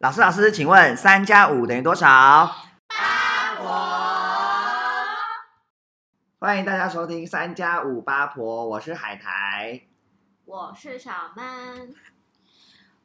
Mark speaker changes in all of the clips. Speaker 1: 老师，老师，请问三加五等于多少？
Speaker 2: 八婆，
Speaker 1: 欢迎大家收听《三加五八婆》，我是海苔。
Speaker 2: 我是小曼，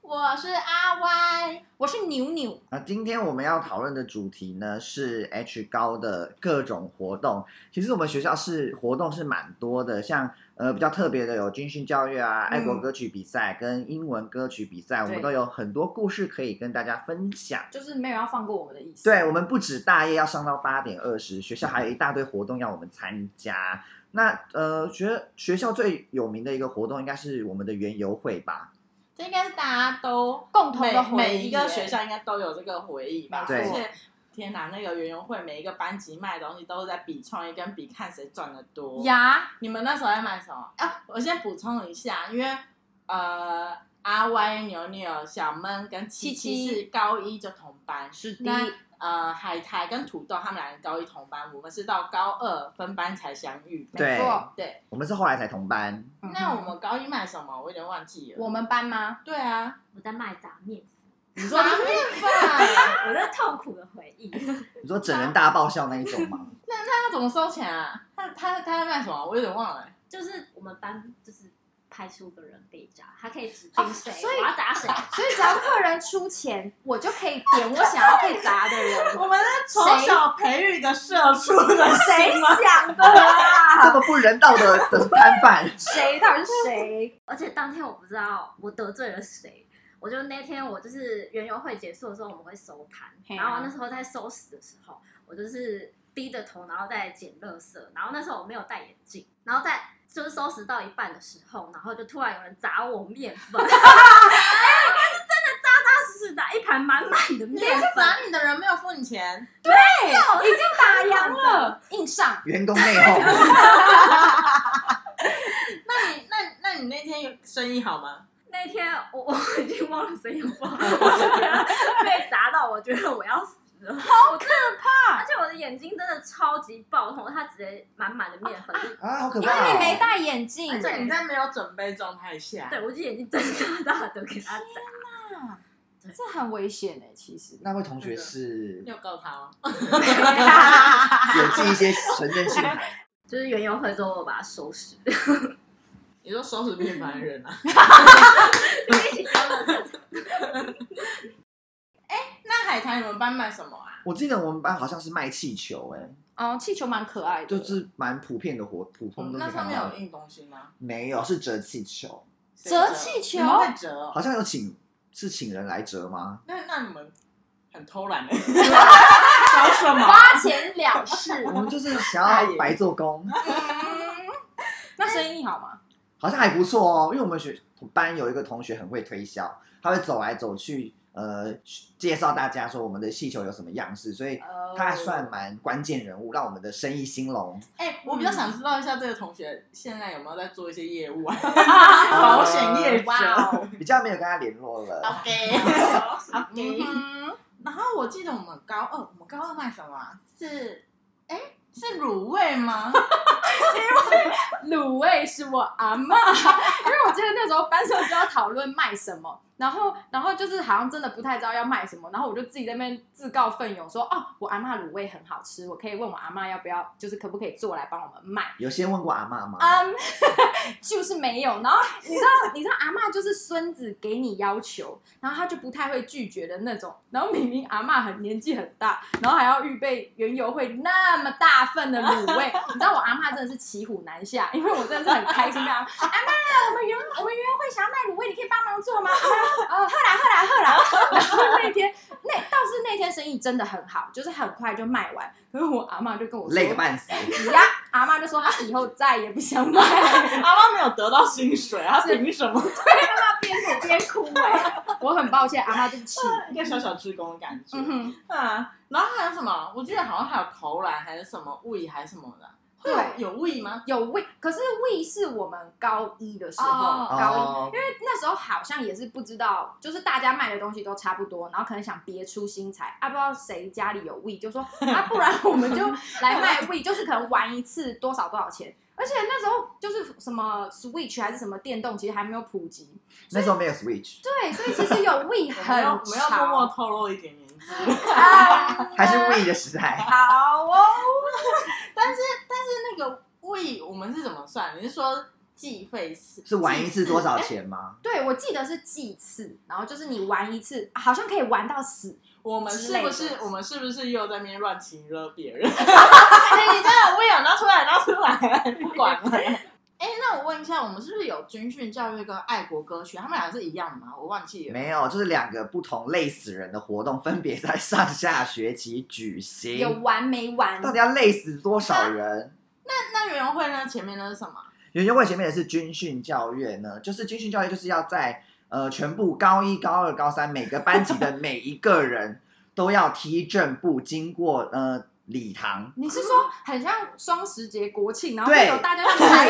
Speaker 2: 我是阿歪，我是牛牛。
Speaker 1: 那今天我们要讨论的主题呢是 H 高的各种活动。其实我们学校是活动是蛮多的，像呃比较特别的有军训教育啊、爱国歌曲比赛跟英文歌曲比赛，我们
Speaker 3: 对
Speaker 1: 都有很多故事可以跟大家分享。
Speaker 3: 就是没有要放过我们的意思。
Speaker 1: 对，我们不止大夜要上到八点二十，学校还有一大堆活动要我们参加。那呃，学学校最有名的一个活动应该是我们的园游会吧？
Speaker 4: 这应该是大家都
Speaker 3: 共同的回忆
Speaker 4: 每每一
Speaker 3: 耶
Speaker 4: 个学校应该都有这个回忆吧。
Speaker 1: 没
Speaker 4: 而
Speaker 1: 错
Speaker 4: 且，天哪，那个园游会每一个班级卖的东西都是在比创意跟比看谁赚的多。
Speaker 3: 呀，
Speaker 4: 你们那时候在卖什么？啊，我先补充一下，因为呃，阿歪、牛牛、小闷跟七
Speaker 3: 七
Speaker 4: 七
Speaker 3: 七
Speaker 4: 是高一就同班，
Speaker 3: 是的
Speaker 4: 那呃，海苔跟土豆他们俩高一同班，我们是到高二分班才相遇。
Speaker 1: 对，
Speaker 3: 错
Speaker 4: 对，
Speaker 1: 我们是后来才同班。
Speaker 4: 那我们高一卖什么？我有点忘记了。
Speaker 3: 我们班吗？
Speaker 4: 对啊，
Speaker 2: 我在卖杂面，
Speaker 4: 你说面吧。
Speaker 2: 我的痛苦的回忆。
Speaker 1: 你说整人大爆笑那一种 吗？
Speaker 4: 他怎么收钱啊？他他他在卖什么？我有点忘了、欸。
Speaker 2: 就是我们班就是派出个人被炸，他可以指
Speaker 3: 哦
Speaker 2: 定谁，
Speaker 3: 所以
Speaker 2: 我要打谁。
Speaker 3: 所以只要客人出钱，我就可以点我想要被砸的人。
Speaker 4: 我们是从小培育的社畜的
Speaker 3: 谁
Speaker 4: 心吗？
Speaker 3: 想的啦？
Speaker 1: 这么不人道的的摊贩，
Speaker 3: 谁到底是谁？
Speaker 2: 而且当天我不知道我得罪了谁，我就那天我就是园游会结束的时候我们会收盘，
Speaker 3: 嘿啊
Speaker 2: 然后那时候在收拾的时候，我就是低着头然后在捡垃圾，然后那时候我没有戴眼镜，然后在就是收拾到一半的时候，然后就突然有人砸我面粉， 哎、我是真的扎扎实实的一盘满满的
Speaker 4: 你
Speaker 2: 面
Speaker 4: 是
Speaker 2: 粉，
Speaker 4: 砸你的人没有付你钱，
Speaker 3: 哎，已经打烊了，硬上。
Speaker 1: 员工内讧。
Speaker 4: 那你那那你那天有生意好吗？
Speaker 2: 那天我我已经忘了谁有包，我就觉得被砸到，我觉得我要死了，好可怕！而且我的眼睛真的超级爆痛，它直接满满的面粉，就
Speaker 1: 啊，好可
Speaker 3: 因
Speaker 1: 怕、哦！
Speaker 3: 为你没戴眼镜，
Speaker 4: 而且你在没有准备状态下，
Speaker 2: 对我就眼睛睁大大的给它砸。
Speaker 3: 这很危险哎，其实。
Speaker 1: 那位同学是
Speaker 4: 又告他吗？
Speaker 1: 有记一些 纯正性函，
Speaker 2: 就是原油会之后我把它收 拾，
Speaker 4: 你说收拾面盘的人啊？
Speaker 2: 一起丢了。
Speaker 4: 那海苔你们班卖什么啊？
Speaker 1: 我记得我们班好像是卖气球、哎，
Speaker 3: 哦，气球蛮可爱的，
Speaker 1: 就是蛮普遍的活，普通的。
Speaker 4: 那上面有印东西吗？
Speaker 1: 没有？是折气球。
Speaker 4: 谁
Speaker 3: 折气球
Speaker 4: 你们会折哦、
Speaker 1: 好像有请是请人来折 吗？
Speaker 4: 那那你们很偷懒欸 的、搞什么？
Speaker 3: 花钱了事。
Speaker 1: 我们就是想要白做工，
Speaker 3: 那生意好吗？
Speaker 1: 好像还不错哦。因为我们学班有一个同学很会推销，他会走来走去，呃，介绍大家说我们的气球有什么样式，所以
Speaker 3: 哦
Speaker 1: 他还算蛮关键人物，让我们的生意兴隆。
Speaker 4: 哎、我比较想知道一下这个同学现在有没有在做一些业务啊？
Speaker 1: 啊
Speaker 4: 保险业者。
Speaker 3: 哇哦，
Speaker 1: 比较没有跟他联络了，
Speaker 4: OK，OK
Speaker 3: 嗯
Speaker 4: 然后我记得我们高二，我们高二卖什么啊？是，哎、是卤味吗？
Speaker 3: 卤味是我阿妈， 因为我记得那时候班上就要讨论卖什么，然后然后就是好像真的不太知道要卖什么，然后我就自己在那边自告奋勇说，哦，我阿妈卤味很好吃，我可以问我阿妈要不要，就是可不可以做来帮我们卖。
Speaker 1: 有先问过阿妈吗？
Speaker 3: 嗯， 就是没有。然后你知道，你知道阿嬷就是孙子给你要求，然后他就不太会拒绝的那种。然后明明阿嬷很年纪很大，然后还要预备原油会那么大份的 卤味，你知道我阿嬷真的是骑虎难下，因为我真的是很开心的。阿嬷，我们原我们原油会想要卖卤味，你可以帮忙做吗？阿嬷，哦，喝啦喝啦喝啦。 然后那天那倒是那天生意真的很好，就是很快就卖完。可是我阿嬷就跟我说，
Speaker 1: 累个半死，
Speaker 3: 呀，阿妈就说啊她以后再也不想买，
Speaker 4: 阿妈没有得到薪水，他凭什么？
Speaker 3: 边走边哭
Speaker 4: 啊
Speaker 3: 哎、 我很抱歉，阿妈对不起。
Speaker 4: 一个小小职工的感觉。
Speaker 3: 嗯哼，
Speaker 4: 啊，然后还有什么？我记得好像还有投篮，还是什么胃，还是什么的。会有
Speaker 3: 对
Speaker 4: 有胃吗？
Speaker 3: 有胃，可是胃是我们高一的时候，
Speaker 4: 哦
Speaker 3: 高一
Speaker 1: 哦，
Speaker 3: 那时候好像也是不知道，就是大家卖的东西都差不多，然后可能想别出心裁，啊，不知道谁家里有胃，就说啊，不然我们就来卖胃，就是可能玩一次多少多少钱。而且那时候就是什么 Switch 还是什么电动，其实还没有普及。
Speaker 1: 那时候没有 Switch，
Speaker 3: 对，所以其实有 We
Speaker 4: 我们
Speaker 3: 很
Speaker 4: 要我们要默默
Speaker 3: 潮。
Speaker 4: 透露一点年纪。
Speaker 3: 啊
Speaker 1: 还是 We 的时代。
Speaker 3: 好哦，
Speaker 4: 但是但是那个位我们是怎么算？你是说计费是
Speaker 1: 是玩一次多少
Speaker 4: 计
Speaker 1: 钱吗？
Speaker 3: 对我记得是祭次，然后就是你玩一次，好像可以玩到死。
Speaker 4: 费？我们
Speaker 3: 之
Speaker 4: 是
Speaker 3: 类
Speaker 4: 不
Speaker 3: 的
Speaker 4: 是我们是不是又在那边乱亲热别人？ 哎，你这样我有拿出来拿出来，不管了。 哎，那我问一下，我们是不是有军训教育跟爱国歌曲？他们俩是一样的吗？我忘记了。
Speaker 1: 没有，就是两个不同累死人的活动，分别在上下学期举
Speaker 3: 有
Speaker 1: 行。
Speaker 3: 完没完？
Speaker 1: 到底要累死多少人？
Speaker 4: 那园游会呢？前面呢是什么？
Speaker 1: 圆圆会前面的是军训教育呢，就是军训教育就是要在呃全部高一、高二、高三每个班级的每一个人都要踢正步，经过呃礼堂。
Speaker 3: 你是说很像双十节国庆，然后
Speaker 1: 对
Speaker 3: 会有大家在排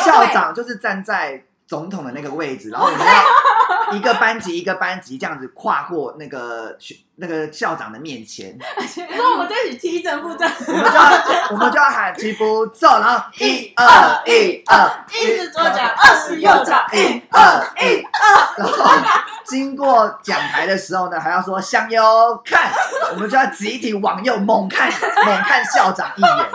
Speaker 1: 校长就是站在总统的那个位置，然后你们要一个班级一个班级这样子跨过那个学那个校长的面前，
Speaker 4: 你说我们在一起踢正步这样，
Speaker 1: 我们就要我们就要喊齐步走，然后一二一二，
Speaker 4: 一只左 脚，二十右脚，哎
Speaker 1: 一二一二，然后经过讲台的时候呢，还要说向右看，我们就要集体往右猛看猛看校长一眼，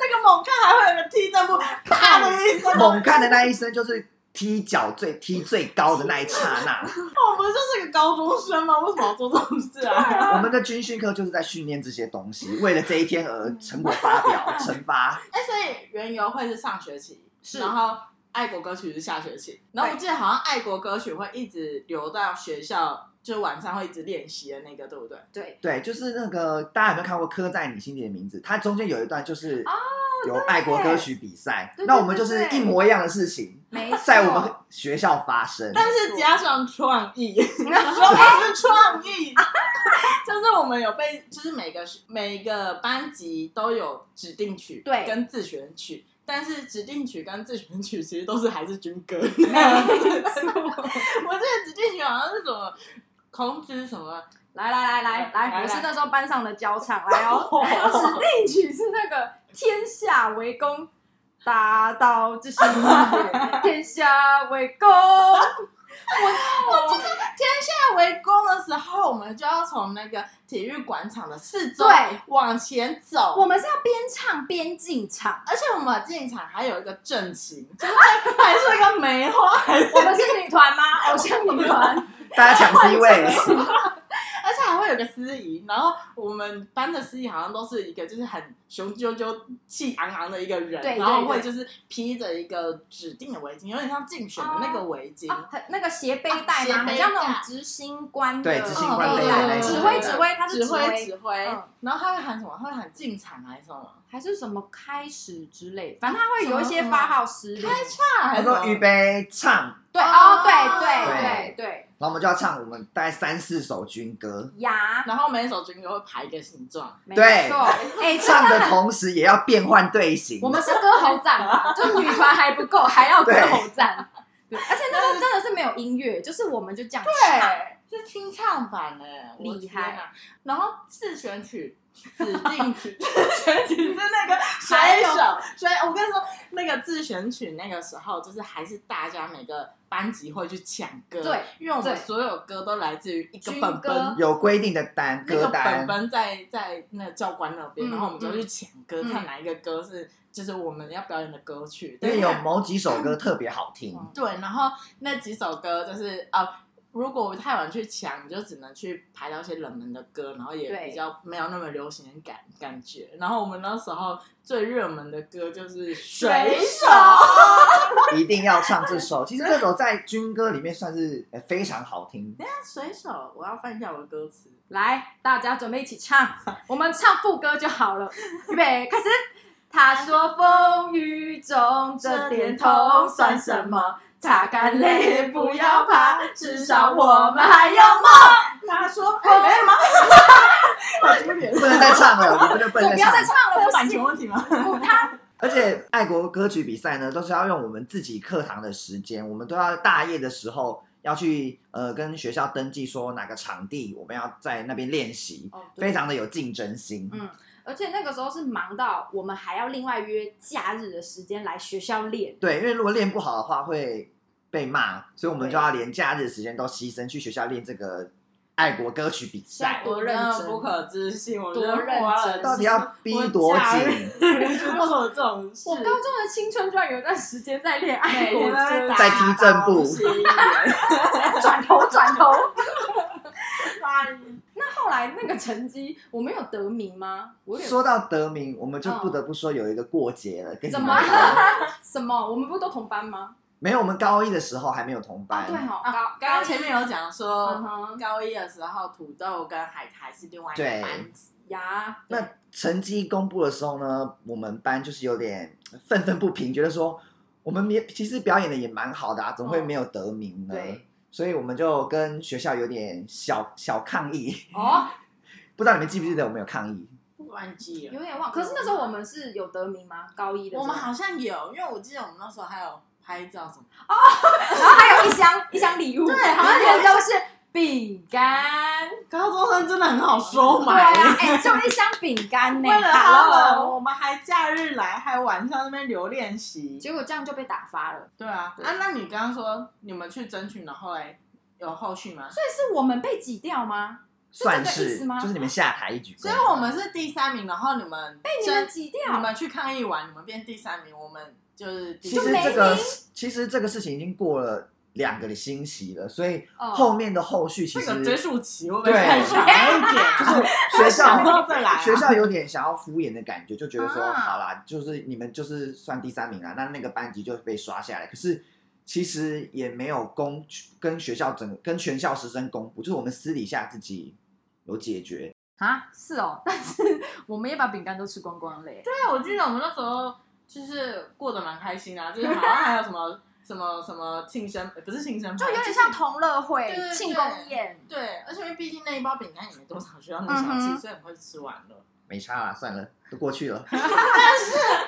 Speaker 4: 那个猛看还会有个踢 正步，啪的一声。
Speaker 1: 猛看的那一声就是踢脚最踢最高的那一刹那。
Speaker 4: 哦我们就是个高中生吗？为什么要做这种事啊？
Speaker 1: 我们的军训课就是在训练这些东西，为了这一天而成果发表 惩罚。
Speaker 4: 哎、所以原游会是上学期，
Speaker 3: 是
Speaker 4: 然后爱国歌曲是下学期，然后我记得好像爱国歌曲会一直留到学校，就晚上会一直练习的那个，对不对？
Speaker 3: 对，
Speaker 1: 对，就是那个大家有没有看过《刻在你心底的名字》？它中间有一段就是
Speaker 3: 哦
Speaker 1: 有爱国歌曲比赛，
Speaker 3: 对对
Speaker 1: 那我们就是一模一样的事情
Speaker 3: 没错
Speaker 1: 在我们学校发生。
Speaker 4: 但是加上创意， 说话是创意， 就是我们有被，就是每个每个班级都有指定曲，
Speaker 3: 对
Speaker 4: 跟自选曲。但是指定曲跟自选曲其实都是还是军 歌，我记得指定曲好像是什么孔子什么
Speaker 3: 来来来
Speaker 4: 来
Speaker 3: 来
Speaker 4: 来
Speaker 3: 来，我是那时候班上的交唱，来 哦。
Speaker 4: 哦，
Speaker 3: 另曲是那个天下为公，大道之行也，天下为 公。
Speaker 4: 在围攻的时候，我们就要从那个体育广场的四周
Speaker 3: 对
Speaker 4: 往前走，
Speaker 3: 我们是要边唱边进场，
Speaker 4: 而且我们进场还有一个阵型，就是还是一个梅花，还是
Speaker 3: 我们是女 团吗？偶像女团，
Speaker 1: 大家抢 C 位，
Speaker 4: 而且还会有个司仪，然后我们班的司仪好像都是一个就是很雄赳赳、气昂昂的一个人，
Speaker 3: 对对
Speaker 4: 然后会就是披着一个指定的围巾，有点像竞选的那个围巾，
Speaker 3: 啊，很那个斜背带
Speaker 4: 啊斜背带
Speaker 3: 嘛，很像那种执行官的，
Speaker 1: 对执行官
Speaker 3: 嗯
Speaker 1: 背
Speaker 3: 对
Speaker 1: 带
Speaker 3: 对
Speaker 1: 那
Speaker 3: 对
Speaker 1: 种
Speaker 3: 指挥指挥，他是
Speaker 4: 指
Speaker 3: 指
Speaker 4: 挥
Speaker 3: 挥，
Speaker 4: 指挥
Speaker 3: 嗯，
Speaker 4: 然后他会喊什么？他会喊进场还是什么？
Speaker 3: 还是什么开始之类，反正他会有一些发号施令。
Speaker 4: 啊，还
Speaker 1: 他
Speaker 4: 是什么
Speaker 1: 说预备唱，
Speaker 3: 对
Speaker 4: 哦
Speaker 3: 哦，对对对对
Speaker 1: 然后我们就要唱我们大概三四首军歌，
Speaker 3: 牙，
Speaker 4: 然后每一首军歌会排一个形状，
Speaker 3: 没
Speaker 1: 对
Speaker 3: 错，哎，这
Speaker 1: 唱的同时也要变换队形。
Speaker 3: 我们是歌喉战 吧，就女团还不够，还要歌喉战。对，而且那时候真的是没有音乐，就是我们就这样唱。
Speaker 4: 对，是清唱版哎，我的
Speaker 3: 厉
Speaker 4: 天啊
Speaker 3: 害。
Speaker 4: 然后自选 曲、指定曲、自选曲是那个
Speaker 3: 还
Speaker 4: 水
Speaker 3: 有
Speaker 4: 手，所以我跟你说，那个自选曲那个时候就是还是大家每个班级会去抢歌，
Speaker 3: 对，
Speaker 4: 因为我们
Speaker 3: 对
Speaker 4: 所有歌都来自于一个
Speaker 3: 军
Speaker 4: 本本
Speaker 3: 歌。
Speaker 1: 有规定的单
Speaker 4: 那
Speaker 1: 歌
Speaker 4: 个
Speaker 1: 单
Speaker 4: 本，本在在那教官那边，
Speaker 3: 嗯
Speaker 4: 然后我们就去抢歌，
Speaker 3: 嗯
Speaker 4: 看哪一个歌是就是我们要表演的歌曲。
Speaker 1: 因为
Speaker 4: 对
Speaker 1: 有某几首歌特别好 听。
Speaker 4: 对，然后那几首歌就是呃，如果太晚去抢，你就只能去排到一些冷门的歌，然后也
Speaker 3: 对
Speaker 4: 比较没有那么流行的感感觉。然后我们那时候最热门的歌就是《水手》，
Speaker 1: 一定要唱这首。其实这首在军歌里面算是呃非常好 听，
Speaker 4: 《水手》，我要翻一下我的歌词。
Speaker 3: 来，大家准备一起 唱，我们唱副歌就好了。预备，开始。他说：“风雨中这点痛算什么？擦
Speaker 4: 啊
Speaker 3: 干泪，不要怕，至少我们还有梦。
Speaker 4: 他说：“哎、没有吗？”我丢脸
Speaker 1: 不，能再唱了，我们就不能
Speaker 3: 对，
Speaker 1: 再
Speaker 3: 不要
Speaker 1: 唱了。
Speaker 3: 再唱了，
Speaker 4: 有
Speaker 3: 不
Speaker 4: 版
Speaker 3: 行
Speaker 4: 权问题吗？
Speaker 3: 不他
Speaker 1: 而且爱国歌曲比赛呢，都是要用我们自己课堂的时间，我们都要大夜的时候。要去呃跟学校登记说哪个场地我们要在那边练习，
Speaker 3: 哦，对
Speaker 1: 非常的有竞争心。
Speaker 3: 嗯而且那个时候是忙到我们还要另外约假日的时间来学校练。
Speaker 1: 对，因为如果练不好的话会被骂，所以我们
Speaker 3: 对
Speaker 1: 就要连假日时间都牺牲去学校练这个爱国歌曲比赛。
Speaker 3: 多
Speaker 4: 我
Speaker 3: 认
Speaker 4: 真
Speaker 3: 真
Speaker 4: 的不可置信，我觉
Speaker 3: 多
Speaker 4: 得
Speaker 3: 认
Speaker 4: 花
Speaker 3: 真
Speaker 4: 了
Speaker 1: 到底要逼多
Speaker 4: 假
Speaker 1: 紧？
Speaker 4: 我就做这种事，
Speaker 3: 我高中的青春居然有一段时间在恋爱
Speaker 1: 哎
Speaker 4: 每
Speaker 3: 国
Speaker 4: 天都
Speaker 3: 歌，
Speaker 4: 打
Speaker 1: 在踢正步
Speaker 4: 东西
Speaker 3: 转头转头。
Speaker 4: 哎
Speaker 3: 那后来那个成绩，我们有得名吗？我有嗯
Speaker 1: 说到得名，我们就不得不说有一个过节了。跟你
Speaker 3: 怎
Speaker 1: 们
Speaker 3: 么
Speaker 1: 说
Speaker 3: 什么？我们不都同班吗？
Speaker 1: 没有，我们高一的时候还没有同班。
Speaker 3: 对哦，
Speaker 4: 啊
Speaker 3: 高
Speaker 4: 刚刚前面有讲
Speaker 3: 嗯
Speaker 4: 说，
Speaker 3: 哼
Speaker 4: 高一的时候土豆跟海苔是另外一个
Speaker 1: 对
Speaker 4: 班级，
Speaker 3: 呀，
Speaker 1: 那成绩公布的时候呢，我们班就是有点愤愤不平，觉得说我们也其实表演的也蛮好的啊，怎么
Speaker 4: 嗯
Speaker 1: 会没有得名呢？
Speaker 3: 对
Speaker 1: 所以我们就跟学校有点小小抗议，
Speaker 3: 哦，
Speaker 1: 不知道你们记不记得我们有抗议？
Speaker 4: 忘记了。
Speaker 3: 有点忘。可是那时候我们是有得名吗？高一的时
Speaker 4: 我
Speaker 3: 候，
Speaker 4: 们好像有，因为我记得我们那时候还有拍照什么。
Speaker 3: 然后还有一箱 一箱礼物，
Speaker 4: 对好像
Speaker 3: 里
Speaker 4: 有
Speaker 3: 面都是饼干。
Speaker 4: 高中生真的很好收
Speaker 3: 对
Speaker 4: 买。
Speaker 3: 啊，哎，就一箱饼干呢。
Speaker 4: 为了他们，
Speaker 3: Hello，
Speaker 4: 我们还假日来，还晚上那边留练习。
Speaker 3: 结果这样就被打发了。
Speaker 4: 对啊，啊，那你刚刚说你们去争取，然后来有后续吗？
Speaker 3: 所以是我们被挤掉吗？
Speaker 1: 算
Speaker 3: 是这个意
Speaker 1: 是
Speaker 3: 思吗
Speaker 1: 就是你们下台一举公
Speaker 4: 所以我们是第三名，然后哎你们被
Speaker 3: 你们挤掉，
Speaker 4: 你们去抗议完，你们变第三名，我们就是第
Speaker 1: 其
Speaker 4: 四
Speaker 1: 实
Speaker 4: 名
Speaker 1: 这个其实这个事情已经过了两个星期了，所以
Speaker 3: 哦
Speaker 1: 后面的后续其
Speaker 4: 这
Speaker 1: 实、
Speaker 4: 个追溯期会不会
Speaker 1: 对
Speaker 4: 太长了 一点？
Speaker 1: 就是学校
Speaker 4: 想到再来啊，
Speaker 1: 学校有点想要敷衍的感觉，就觉得说、
Speaker 3: 啊
Speaker 1: 好啦，就是你们就是算第三名啦，那那个班级就被刷下来。可是其实也没有公跟学校整跟全校师生公布，就是我们私底下自己有解决。
Speaker 3: 啊，是哦， 但是我们也把饼干都吃光光嘞。
Speaker 4: 对啊，我记得我们那时候就是过得蛮开心啊，就是好像还有什么什么什么庆生，呃不是庆生
Speaker 3: 就
Speaker 4: 派，
Speaker 3: 有点
Speaker 4: 是
Speaker 3: 像同乐会
Speaker 4: 对对、对
Speaker 3: 庆功宴。
Speaker 4: 对，而且因为毕竟那一包饼干也没多少，学校那么小
Speaker 3: 嗯
Speaker 4: 吃，
Speaker 3: 哼
Speaker 4: 所以很快就吃完了。
Speaker 1: 没差啦，算了，都过 去了。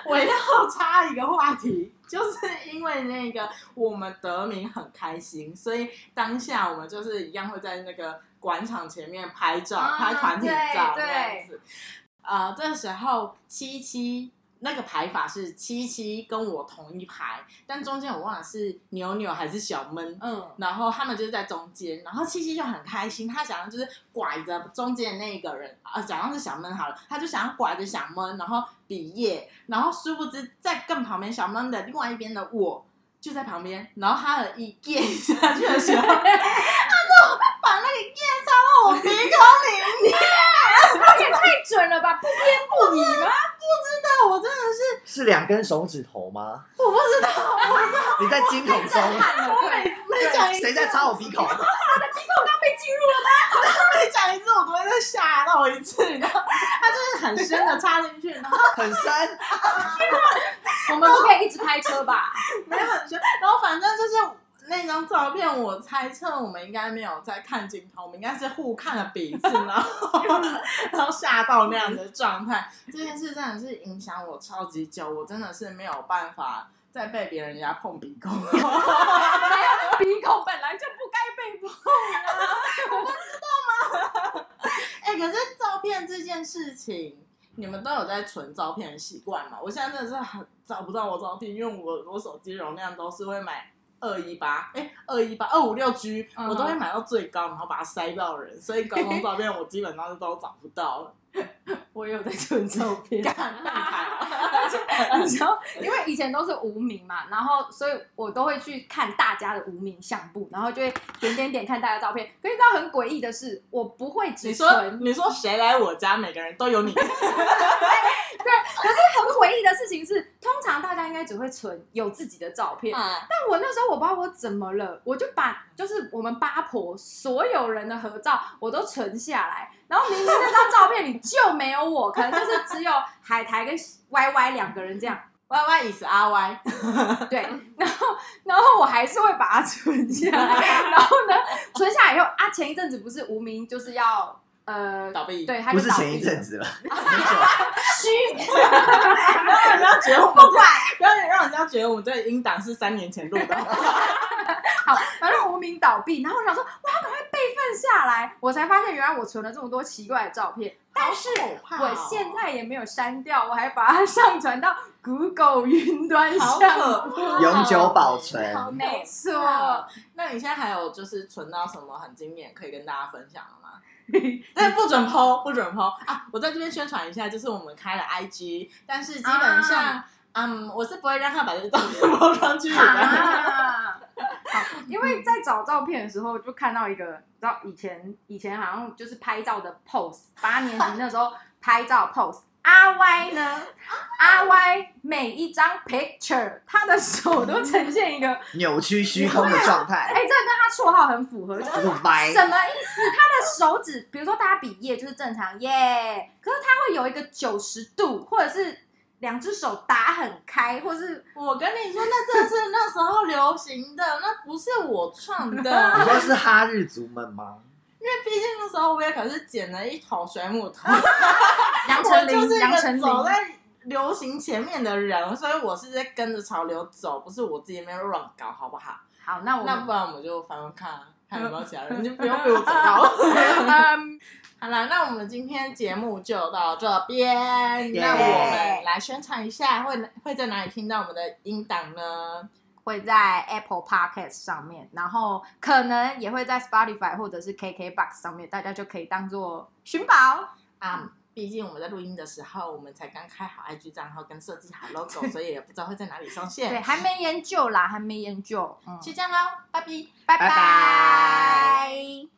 Speaker 4: 我要插一个话题，就是因为那个我们得名很开心，所以当下我们就是一样会在那个广场前面拍照，
Speaker 3: 啊
Speaker 4: 拍团体照
Speaker 3: 对
Speaker 4: 这样子。啊、这时候七七那个排法是七七跟我同一排，但中间我忘了是牛牛还是小闷，
Speaker 3: 嗯，
Speaker 4: 然后他们就是在中间，然后七七就很开心，他想要就是拐着中间的那一个人，啊，假装是小闷好了，他就想要拐着小闷，然后比耶，然后殊不知在更旁边小闷的另外一边的我就在旁边，然后他的一耶下去的时候，他 就把那个耶插到我鼻孔里面，
Speaker 3: 这也太准了吧！不偏不倚吗？
Speaker 4: 那我真的是
Speaker 1: 是两根手指头吗？
Speaker 4: 我不知道，
Speaker 1: 你在惊恐中，
Speaker 2: ，Oh
Speaker 4: 我每每讲一
Speaker 1: 谁在插我鼻孔？
Speaker 3: 被进入了。
Speaker 4: 每讲一次，我都会再吓到一次，然后他就是很深的插进 去，然后。
Speaker 1: 很深，
Speaker 3: 我们不可以一直开车吧？
Speaker 4: 没有很深。然后反正就是那张照片，我猜测我们应该没有在看镜头，我们应该是互看了彼此，然后然后吓到那样的状态。这件事真的是影响我超级久，我真的是没有办法再被别人家碰鼻孔。
Speaker 3: 鼻孔本来就不该被碰啊！
Speaker 4: 哎、可是照片这件事情，你们都有在存照片的习惯吗？我现在真的是很找不到我照片，因为我我手机容量都是会买二一八，哎，二一八二五六 G，
Speaker 3: 嗯哼
Speaker 4: 我都会买到最高，然后把它塞到人，所以高中照片我基本上是都找不到 了。
Speaker 3: 我也有在存照片
Speaker 4: 看那你看啊
Speaker 3: 你知道，因为以前都是无名嘛，然后所以我都会去看大家的无名相簿，然后就会点点点看大家的照片。可是你知道很诡异的 是，我不会
Speaker 4: 你
Speaker 3: 只
Speaker 4: 说
Speaker 3: 存
Speaker 4: 你说谁来我家，每个人都有你，
Speaker 3: 很诡异的事情是，通常大家应该只会存有自己的照 片，
Speaker 4: 嗯
Speaker 3: 但我那时候我不知道我怎么了，我就把就是我们八婆所有人的合照我都存下来，然后明明那张照片里就没有我，可能就是只有海苔跟 Y Y 两个人这样，
Speaker 4: ，Y Y is R Y，
Speaker 3: 对，然后然后我还是会 把它存下来，然后呢，存下来以后啊，前一阵子不是无名就是要。呃，
Speaker 4: 倒闭。
Speaker 3: 对，他
Speaker 1: 不
Speaker 3: 就是倒
Speaker 1: 前一
Speaker 3: 闭
Speaker 1: 阵
Speaker 3: 了，
Speaker 1: 子了，很久了
Speaker 3: 虚，
Speaker 4: 不要不要觉得我们在，不要让人家觉得我们这音档是三年前录的。
Speaker 3: 好，反正无名倒闭，然后我想说，哇，赶快备份下来，我才发现原来我存了这么多奇怪的照片，但是
Speaker 4: 好可怕哦
Speaker 3: 我现在也没有删掉，我还把它上传到 Google 云端
Speaker 4: 好
Speaker 3: 上，
Speaker 4: 可怕
Speaker 1: 永久保存。
Speaker 4: 好
Speaker 3: 没错，
Speaker 4: 那你现在还有就是存到什么很经典可以跟大家分享的吗？ 但不 准抛，不准抛啊！我在这边宣传一下，就是我们开了 IG，但是基
Speaker 3: 啊
Speaker 4: 本上，嗯，我是不会让他把这照 片抛上去的。
Speaker 3: 啊，好，因为在找照片的时候，就看到一个，你知道以前以前好像就是拍照的 pose，八年级那时候拍照 pose。阿 Y 呢？阿 Y 每一张 picture，他的手都呈现一个，哎、
Speaker 1: 扭曲虚空的状态，
Speaker 4: 哎
Speaker 3: 这个跟他绰号很符合，就是
Speaker 1: 就是歪。
Speaker 3: 什么意思？他的手指，比如说大家比耶就是正常耶，可是他会有一个九十度，或者是两只手打很开，或是
Speaker 4: 我跟你说，那真的是那时候流行的，那不是我创的。
Speaker 1: 你说是哈日族们吗？
Speaker 4: 因为毕竟那时候我也可是剪了一头水母头，
Speaker 3: 啊 杨
Speaker 4: 我
Speaker 3: 丞
Speaker 4: 就
Speaker 3: 琳，
Speaker 4: 是一
Speaker 3: 杨
Speaker 4: 个
Speaker 3: 丞琳
Speaker 4: 走。在流行前面的人，所以我是在跟着潮流走，不是我自己没有乱搞，好不好？
Speaker 3: 好，那我
Speaker 4: 那
Speaker 3: 们
Speaker 4: 不然我们就翻翻看 啊，看有没有其他人，你就不用被我找到。
Speaker 3: 嗯，
Speaker 4: 好啦，那我们今天节目就到这边。
Speaker 1: Yeah
Speaker 4: 那我们来宣传一下，会会在哪里听到我们的音档呢？
Speaker 3: 会在 Apple Podcast 上面，然后可能也会在 Spotify 或者是 KKBox 上面，大家就可以当做寻宝。嗯
Speaker 4: 啊、毕竟我们在录音的时候，我们才刚开好 IG 账号跟设计好 logo，所以也不知道会在哪里上线。
Speaker 3: 对，还没研究啦，还没研究。嗯，
Speaker 4: 就这样喽，拜拜。
Speaker 3: 拜
Speaker 1: 拜
Speaker 3: 拜。